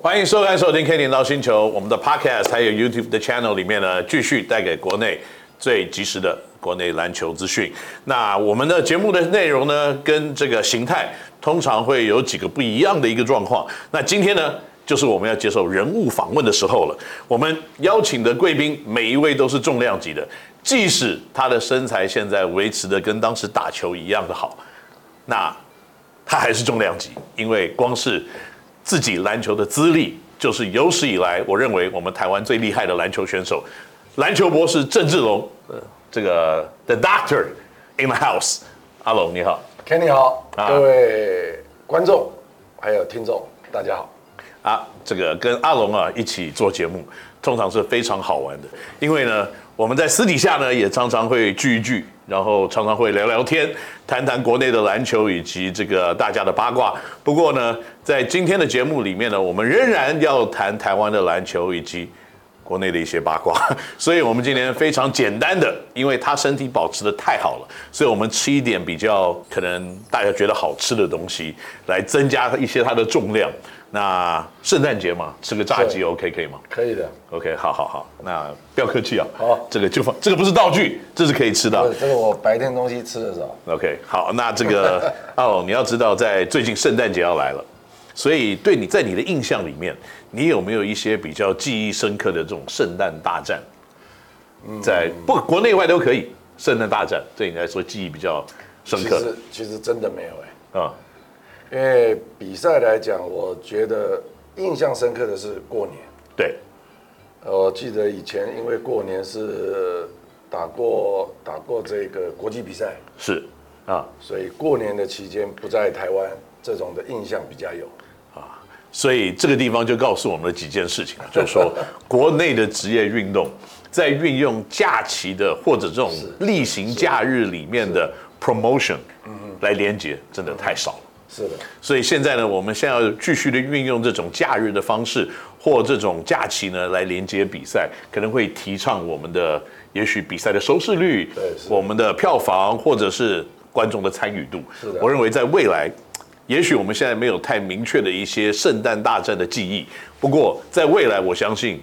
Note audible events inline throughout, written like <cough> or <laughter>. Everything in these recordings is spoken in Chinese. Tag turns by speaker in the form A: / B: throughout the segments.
A: 欢迎收看、收听《K 领导星球》我们的 Podcast，还有 YouTube 的 Channel 里面呢，继续带给国内最及时的国内篮球资讯。那我们的节目的内容呢，跟这个形态通常会有几个不一样的一个状况。那今天呢？就是我们要接受人物访问的时候了。我们邀请的贵宾每一位都是重量级的，即使他的身材现在维持的跟当时打球一样的好，那他还是重量级，因为光是自己篮球的资历，就是有史以来我认为我们台湾最厉害的篮球选手，篮球博士郑志龙，呃，这个 The Doctor in the House，阿龙你好。
B: Ken 你好，
A: 啊
B: 各位观众还有听众，大家好。
A: 啊，这个跟阿龙啊一起做节目，通常是非常好玩的，因为呢，我们在私底下呢也常常会聚一聚，然后常常会聊聊天，谈谈国内的篮球以及这个大家的八卦。不过呢，在今天的节目里面呢，我们仍然要谈台湾的篮球以及国内的一些八卦， <laughs> 所以我们今天非常简单的，因为他身体保持的太好了，所以我们吃一点比较可能大家觉得好吃的东西，来增加一些它的重量。那圣诞节嘛，吃个炸鸡
B: 对
A: OK 可以吗
B: 可以的，
A: ？OK，好好好，那不要客气啊。
B: 好
A: 这个就放，这个不是道具，这是可以吃的啊。
B: 不是这个我白天东西吃的少，
A: OK，好，那这
B: <laughs>
A: 个哦，你要知道，在最近圣诞节要来了，所以对你在你的印象里面，你有没有一些比较记忆深刻的这种圣诞大战？在
B: 嗯
A: 不国内外都可以，圣诞大战对你来说记忆比较深
B: 其
A: 刻
B: 实其实真的没有哎、
A: 啊、
B: 因为比赛来讲，我觉得印象深刻的是过年。
A: 对，
B: 呃我记得以前因为过年是打过打过这个国际比赛，
A: 是啊，
B: 所以过年的期间不在台湾，这种的印象比较有。
A: 所以这个地方就告诉我们了几件事
B: <laughs>
A: 情啊，就是说国内的职业运动在运用假期的或者这种例行假日里面的 promotion
B: 嗯
A: 来连接，真的太少了。
B: 是的，
A: 所以现在呢，我们现在要继续的运用这种假日的方式或这种假期呢，来连接比赛，可能会提倡我们的也许比赛的收视率
B: 对是，的
A: 我们的票房或者是观众的参与度
B: 是的。
A: 我认为在未来，也许我们现在没有太明确的一些圣诞大战的记忆，不过在未来，我相信。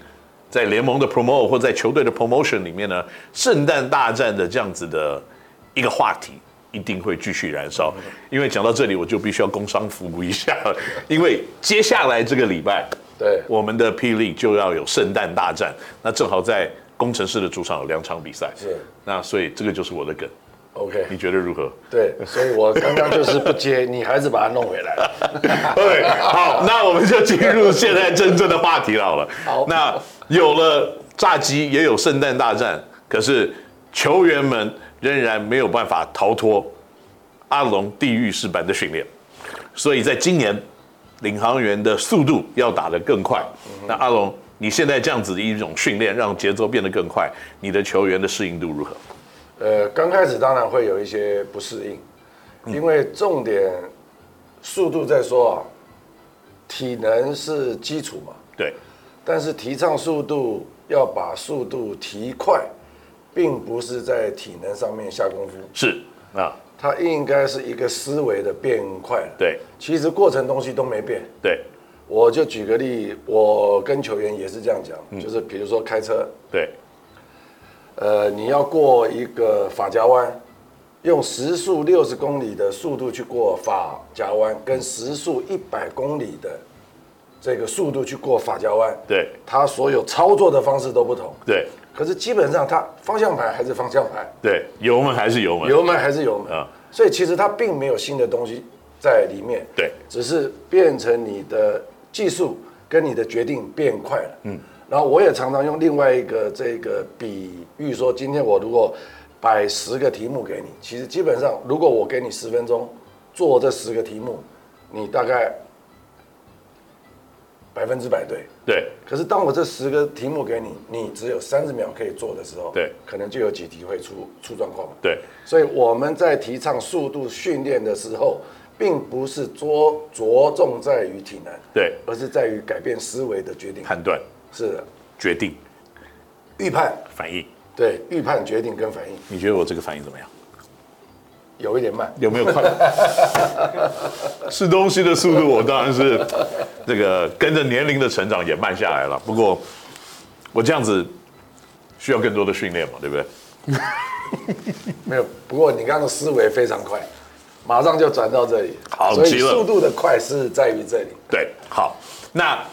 A: 在联盟的 promo 或在球队的 promotion 里面呢，圣诞大战的这样子的一个话题一定会继续燃烧。因为讲到这里，我就必须要工商服务一下 <laughs> 了，因为接下来这个礼拜，
B: 对，
A: 我们的霹雳就要有圣诞大战，那正好在工程师的主场有两场比赛，
B: 是
A: 那所以这个就是我的梗，
B: OK，
A: 你觉得如何？
B: 对，所以我刚刚就是不接，你还是把它弄回来。
A: <laughs>
B: <laughs>
A: 对，好，那我们就进入现在真正的话题了好了。
B: 好
A: 那有了炸鸡，也有圣诞大战，可是球员们仍然没有办法逃脱阿龙地狱式般的训练，所以在今年，领航员的速度要打得更快。那阿龙，你现在这样子的一种训练，让节奏变得更快，你的球员的适应度如何？
B: 呃，刚开始当然会有一些不适应，因为重点速度在说啊，体能是基础嘛，
A: 对，
B: 但是提倡速度要把速度提快，并不是在体能上面下功夫，
A: 是啊，
B: 它应该是一个思维的变快了。，
A: 对
B: 其实过程东西都没变。
A: 对
B: 我就举个例，我跟球员也是这样讲，就是比如说开车，
A: 对，
B: 呃，你要过一个法夹弯，用时速六十公里的速度去过法夹弯，跟时速一百公里的这个速度去过法夹弯，
A: 对
B: 它所有操作的方式都不同。
A: 对
B: 可是基本上它方向盘还是方向盘，
A: 对，油门还是油
B: <laughs>
A: 门，
B: 油门还是油门，
A: 啊
B: 所以其实它并没有新的东西在里面，
A: 对
B: 只是变成你的技术跟你的决定变快了，嗯，然后我也常常用另外一个这个比喻说，今天我如果摆十个题目给你，其实基本上如果我给你十分钟做这十个题目，你大概百分之百对，
A: 对。
B: 可是当我这十个题目给你，你只有三十秒可以做的时候，
A: 对
B: 可能就有几题会出出状况嘛。
A: 对，
B: 所以我们在提倡速度训练的时候，并不是着着重在于体能，
A: 对
B: 而是在于改变思维的决定。
A: 判断、
B: 是的，
A: 决定、
B: 预判，
A: 反应。
B: 对，预判、决定跟反应。
A: 你觉得我这个反应怎么样？
B: 有一点慢。
A: 有没有快？ <laughs> 吃东西的速度，我当然是这个跟着年龄的成长也慢下来了。不过我这样子需要更多的训练嘛，对不对？
B: 没有，不过你刚刚的思维非常快，马上就转到这里，
A: 好
B: 所以
A: 极了
B: 速度的快是在于这里。
A: 对，好，那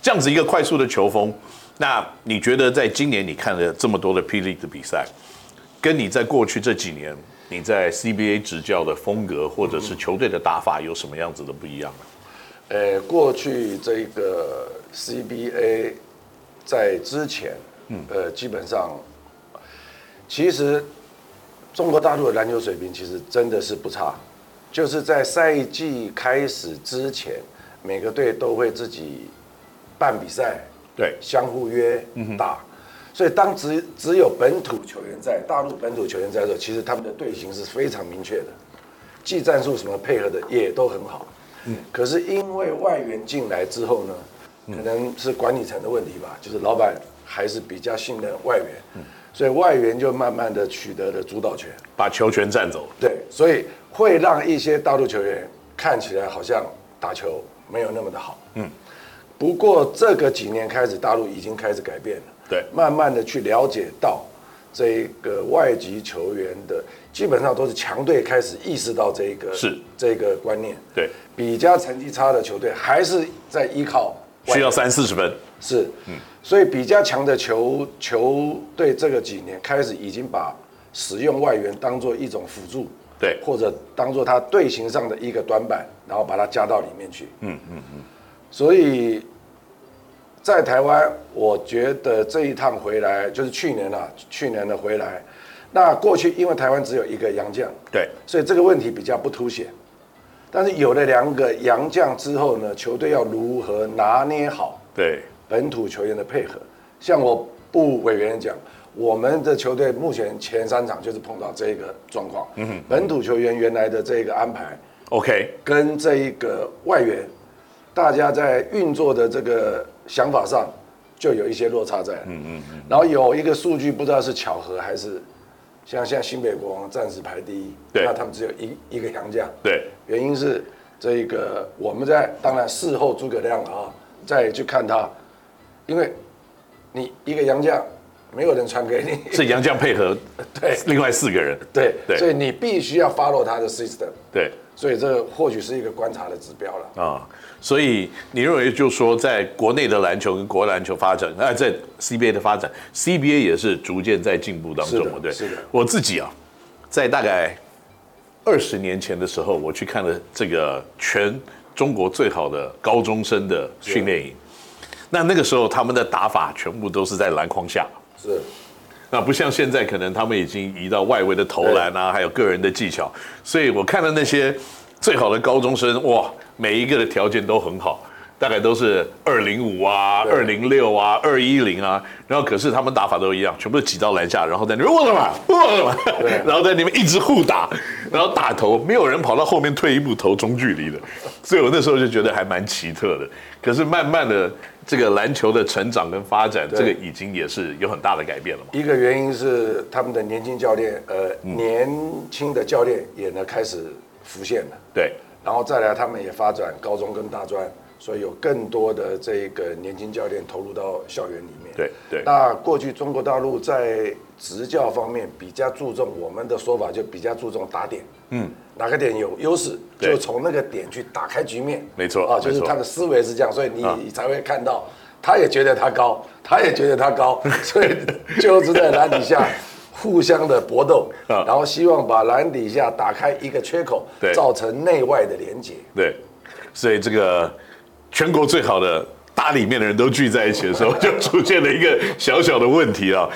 A: 这样子一个快速的球风，那你觉得在今年你看了这么多的霹雳的比赛，跟你在过去这几年你在 CBA 执教的风格或者是球队的打法有什么样子的不一样呢？
B: 呃，过去这个 CBA 在之前，呃，基本上，其实中国大陆的篮球水平其实真的是不差，就是在赛季开始之前，每个队都会自己办比赛，
A: 对
B: 相互约打。所以当只只有本土球员在大陆本土球员在的时候，其实他们的队形是非常明确的，技战术什么配合的也都很好。嗯，可是因为外援进来之后呢，可能是管理层的问题吧，就是老板还是比较信任外援，所以外援就慢慢的取得了主导权。
A: 把球权占走，
B: 对，所以会让一些大陆球员看起来好像打球没有那么的好。嗯，不过这个几年开始，大陆已经开始改变了。
A: 对
B: 慢慢的去了解到这个外籍球员的，基本上都是强队开始意识到这个
A: 是
B: 这个观念。
A: 对，
B: 比较成绩差的球队还是在依靠外
A: 需要三四十分，
B: 是，所以比较强的球球队这个几年开始已经把使用外援当做一种辅助，
A: 对
B: 或者当做他队形上的一个短板，然后把它加到里面去。嗯嗯嗯。所以在台湾，我觉得这一趟回来就是去年啊，去年的回来，那过去因为台湾只有一个洋将，
A: 对
B: 所以这个问题比较不凸显。但是有了两个洋将之后呢，球队要如何拿捏好？
A: 对，
B: 本土球员的配合。像我部委员讲，我们的球队目前前三场就是碰到这个状况。嗯，本土球员原来的这个安排
A: OK，
B: 跟这一个外援，大家在运作的这个想法上就有一些落差在。嗯嗯嗯。然后有一个数据，不知道是巧合还是。像现在新北国王暂时排第一，
A: 对
B: 那他们只有一一个洋将，
A: 对
B: 原因是这个我们在当然事后诸葛亮了啊，再去看他，因为你一个洋将没有人传给你， <laughs>
A: 是杨绛配合
B: 对
A: 另外四个人，
B: 对，
A: 对
B: 所以你必须要 follow 他的 system，
A: 对
B: 所以这个或许是一个观察的指标了。
A: 啊、所以你认为就是说，在国内的篮球跟国外篮球发展，哎、在 CBA 的发展，CBA 也是逐渐在进步当
B: 是
A: 中
B: 的
A: 嘛，对，
B: 是的
A: 我自己啊，在大概二十年前的时候，我去看了这个全中国最好的高中生的训练营，那那个时候他们的打法全部都是在篮筐下。
B: 是，
A: 那不像现在，可能他们已经移到外围的投篮啊，还有个人的技巧。所以我看到那些最好的高中生，哇，每一个的条件都很好，大概都是二零五啊、二零六啊、二一零啊。然后可是他们打法都一样，全部都挤到篮下，然后在那边我的妈，我的妈，然后在那边一直互打，然后打头，没有人跑到后面退一步投中距离的。所以我那时候就觉得还蛮奇特的。可是慢慢的，这个篮球的成长跟发展，这个已经也是有很大的改变了嘛。
B: 一个原因是他们的年轻教练，呃，年轻的教练也呢开始浮现了。
A: 对
B: 然后再来，他们也发展高中跟大专，所以有更多的这个年轻教练投入到校园里面。
A: 对对
B: 那过去中国大陆在执教方面比较注重，我们的说法就比较注重打点。嗯，哪个点有优势，
A: 对
B: 就从那个点去打开局面。
A: 没错
B: 啊，就是
A: 没错啊
B: 他的思维是这样，所以你你才会看到，他也觉得他高，他也觉得他高，
A: <laughs>
B: 所以 <laughs> 就是在篮底下。互相的搏斗，
A: 啊
B: 然后希望把篮底下打开一个缺口
A: 对，
B: 造成内外的连接。
A: 对，所以这个全国最好的大里面的人都聚在一起的时候，就出现了一个小小的问题啊。